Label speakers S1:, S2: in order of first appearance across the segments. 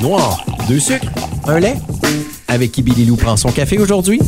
S1: Noir, deux sucres, un lait. Avec qui Billy Lou prend son café aujourd'hui?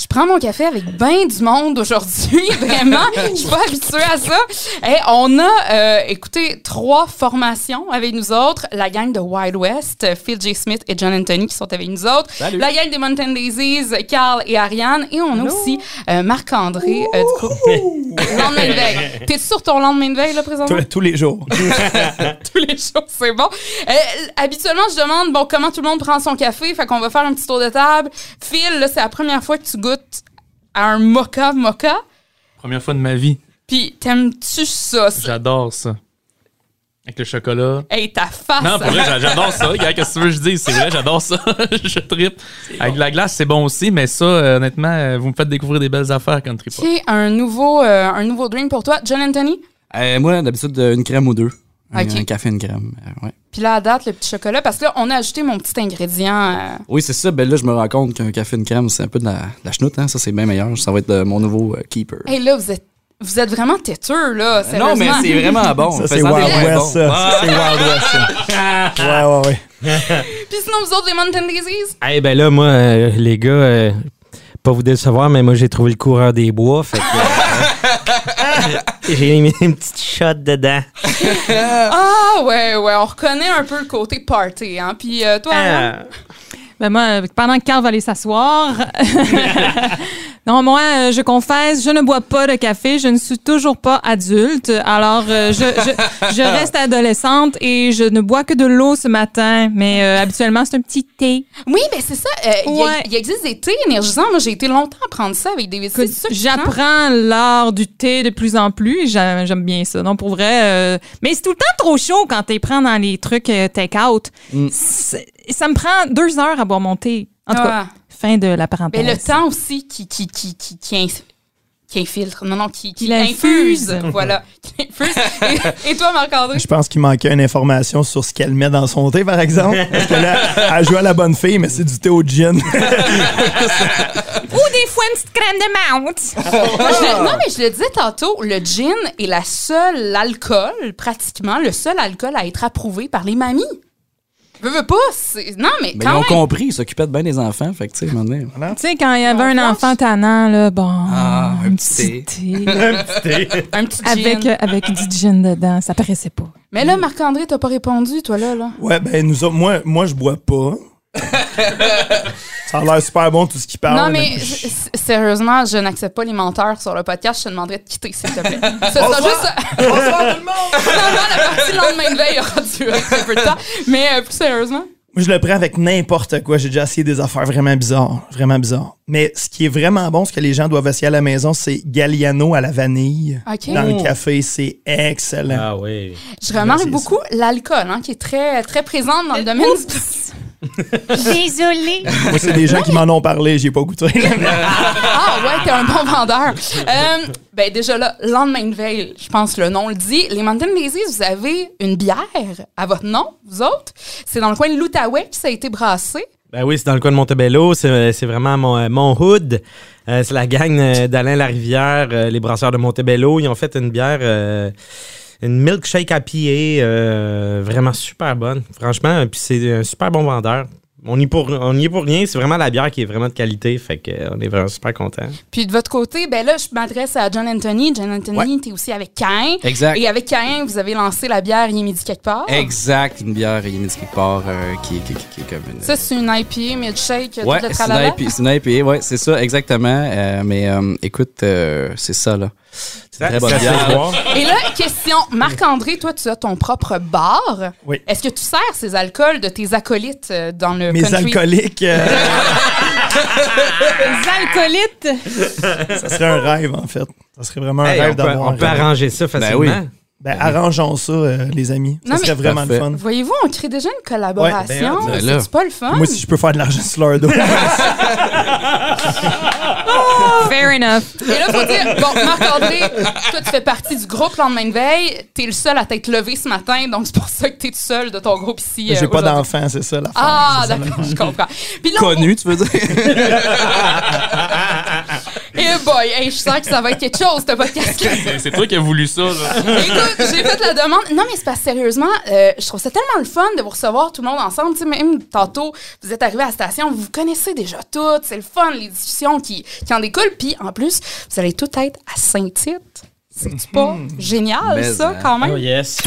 S2: Je prends mon café avec ben du monde aujourd'hui, vraiment. Je suis pas habituée à ça. Et on a, euh, écoutez, trois formations avec nous autres. La gang de Wild West, Phil J. Smith et John Anthony qui sont avec nous autres.
S1: Salut.
S2: La gang des Mountain Daisies, Carl et Ariane. Et on a aussi euh, Marc-André euh, du groupe Lendemain de veille. T'es-tu sur ton lendemain de veille, là, présentement?
S3: Ben,
S4: Tous, tous les jours.
S2: tous les jours, c'est bon. Euh, habituellement, je demande bon comment tout le monde prend son café, fait qu'on va faire un petit tour de table. Phil, là, c'est la première fois que tu goûtes à un mocha mocha.
S4: Première fois de ma vie.
S2: Puis t'aimes-tu ça? ça?
S4: J'adore ça. Avec le chocolat.
S2: Hey, ta face!
S4: Non, pour vrai, j'a- j'adore ça. Gars, qu'est-ce que tu veux que je dise? C'est vrai, j'adore ça. je tripe. Avec de la glace, c'est bon aussi, mais ça, euh, honnêtement, euh, vous me faites découvrir des belles affaires quand tripe.
S2: Ok, un nouveau, euh, un nouveau drink pour toi, John Anthony.
S5: Euh, moi, d'habitude, euh, une crème ou deux. Un-
S2: Ok.
S5: Un café, une crème. Euh, ouais.
S2: Puis là, à date, le petit chocolat, parce que là, on a ajouté mon petit ingrédient. euh,
S5: Oui, c'est ça. Ben là, je me rends compte qu'un café, une crème, c'est un peu de la, de la chenoute. Hein. Ça, c'est bien meilleur. Ça va être euh, mon nouveau euh, keeper.
S2: Hey, là, vous êtes, vous êtes vraiment têteux, là.
S5: non, mais
S2: sérieusement.
S5: c'est vraiment bon.
S3: Ça, c'est
S5: Fais-en des
S3: Wild
S5: moins
S3: West,
S5: bons.
S3: ça. Ça, C'est Wild West, ça. Ouais, ouais, ouais.
S2: Puis sinon, vous autres, les Mountain Daisies?
S3: Eh ben là, moi, euh, les gars, euh, pas vous décevoir, mais moi, j'ai trouvé le coureur des bois. Fait que, euh, j'ai mis une petite shot dedans.
S2: Ah, ouais, ouais, on reconnaît un peu le côté party, hein. Puis euh, toi, Ariane?
S3: Ah.
S6: Ben moi, euh, pendant que Carl va aller s'asseoir. non, moi, euh, je confesse, je ne bois pas de café. Je ne suis toujours pas adulte. Alors, euh, je, je, je reste adolescente et je ne bois que de l'eau ce matin. Mais euh, habituellement, c'est un petit thé.
S2: Oui, mais c'est ça. euh, il y a-
S6: Ouais.
S2: Il existe des thés énergisants. Moi, j'ai été longtemps à prendre ça avec des
S6: Écoute,
S2: c'est ça que tu prends?
S6: J'apprends l'art du thé de plus en plus. J'a- J'aime bien ça. Non, pour vrai. euh, mais c'est tout le temps trop chaud quand t'es prends dans les trucs euh, take-out. C'est- Ça me prend deux heures à boire mon thé. En tout cas,
S2: Ah.
S6: fin de la parenthèse.
S2: Mais le temps aussi qui, qui, qui, qui, qui, ins- qui infiltre. Non, non, qui, qui
S6: Qui
S2: infuse.
S6: l'infuse.
S2: voilà. Qui infuse. Et, et toi, Marc-André?
S3: Je pense qu'il manquait une information sur ce qu'elle met dans son thé, par exemple. Parce que là, elle joue à la bonne fille, mais c'est du thé au gin.
S6: Ou des fois une petite crème de menthe.
S2: Je le- non, mais je le disais tantôt, le gin est la seule alcool, pratiquement, le seul alcool à être approuvé par les mamies. Veux, veux pas. c'est- Non, mais
S5: Mais ils
S2: quand
S5: ont
S2: même.
S5: compris. Ils s'occupaient de bien des enfants. Fait que, tu sais, maintenant.
S6: tu sais, quand il y avait
S2: On
S6: un
S2: flanche.
S6: enfant tannant, là, bon.
S5: Ah, un
S6: un
S5: petit
S6: petit thé.
S2: Un petit gin.
S6: avec, euh, avec du gin dedans, ça paraissait pas.
S2: Mais là, Marc-André, t'as pas répondu, toi, là. là.
S3: Ouais, ben nous autres, moi, moi je bois pas. ça a l'air super bon tout ce qu'il parle.
S2: non, mais
S3: je-
S2: s- s- sérieusement, je n'accepte pas les menteurs sur le podcast. Je te demanderais de quitter, s'il te plaît. Ce sera juste.
S4: Bonsoir tout le monde!
S2: Finalement, la partie lendemain de veille aura duré un peu de temps. Mais euh, plus sérieusement.
S3: Moi, je le prends avec n'importe quoi. J'ai déjà essayé des affaires vraiment bizarres. Vraiment bizarres. Mais ce qui est vraiment bon, ce que les gens doivent essayer à la maison, c'est Galliano à la vanille.
S2: OK.
S3: Dans le café, c'est excellent.
S7: Oh. Ah oui.
S2: Je remarque
S3: c'est
S2: beaucoup l'alcool, hein, qui est très, très présente dans le domaine du.
S6: Désolée.
S3: Moi, c'est des gens qui m'en ont parlé, j'ai pas goûté.
S2: Ah, ouais, t'es un bon vendeur. Euh, ben, déjà là, lendemain de veille, je pense que le nom le dit. Les Mountain Daisies, vous avez une bière à votre nom, vous autres. C'est dans le coin de l'Outaouais que ça a été brassé.
S7: Ben oui, c'est dans le coin de Montebello. C'est c'est vraiment mon, euh, mon hood. Euh, c'est la gang euh, d'Alain Larivière, euh, les brasseurs de Montebello. Ils ont fait une bière, euh, une milkshake à pied, vraiment super bonne. Franchement, euh, puis c'est un super bon vendeur. On y, est pour, on y est pour rien, c'est vraiment la bière qui est vraiment de qualité, fait que euh, on est vraiment super content.
S2: Puis de votre côté, ben là, je m'adresse à John Anthony. John Anthony, t'es aussi avec Cain.
S5: Exact.
S2: Et avec Cain, vous avez lancé la bière Il est midi quelque part.
S5: Exact. Une bière et une quelque part euh, qui, qui, qui, qui est comme une.
S2: Ça, c'est une IPA, milkshake,
S5: Ouais,
S2: tout le
S5: c'est
S2: tralala.
S5: une IPA, c'est une IPA, ouais, c'est ça, exactement. Euh, mais euh, écoute, euh, c'est ça, là. C'est une très bonne bière.
S2: Et là, question, Marc-André, toi, tu as ton propre bar.
S3: Oui.
S2: Est-ce que tu sers ces alcools de tes acolytes euh, dans le
S3: Mes
S2: country?
S3: alcooliques, euh,
S6: Les alcoolites.
S3: ça serait un rêve, en fait. Ça serait vraiment un
S7: Hey, on
S3: rêve
S7: peut,
S3: d'avoir
S7: on
S3: un
S7: peut
S3: rêve.
S7: arranger ça
S5: Ben
S7: facilement.
S5: oui.
S3: Ben, arrangeons ça, euh, les amis.
S2: Non,
S3: ça serait
S2: mais-
S3: vraiment le
S5: Parfait.
S3: fun.
S2: Voyez-vous, on crée déjà une collaboration.
S5: Ouais, ben, là.
S2: c'est pas le fun.
S3: Moi, si je peux faire de l'argent sur leur dos.
S6: Fair enough.
S2: Et là, faut dire, bon, Marc-André, toi, tu fais partie du groupe Lendemain de veille. T'es le seul à t'être levé ce matin, donc c'est pour ça que t'es tout seul de ton groupe ici. euh,
S3: J'ai pas
S2: aujourd'hui.
S3: d'enfant, c'est ça, la
S2: Ah, d'accord, je comprends. Puis là, on-
S5: Connu, tu veux dire?
S2: Et Eh boy, hey, je sens que ça va être quelque chose, ce podcast
S4: C'est Ah, c'est toi qui as voulu ça. là.
S2: Écoute, j'ai fait la demande. Non, mais c'est parce que sérieusement, euh, je trouve ça tellement le fun de vous recevoir tout le monde ensemble. Tu sais, même tantôt, vous êtes arrivés à la station, vous vous connaissez déjà toutes. C'est le fun, les discussions qui, qui en découlent. Puis en plus, vous allez toutes être à Saint-Tite. C'est pas génial,
S5: Mais,
S2: ça,
S5: hein.
S2: quand même?
S7: yes.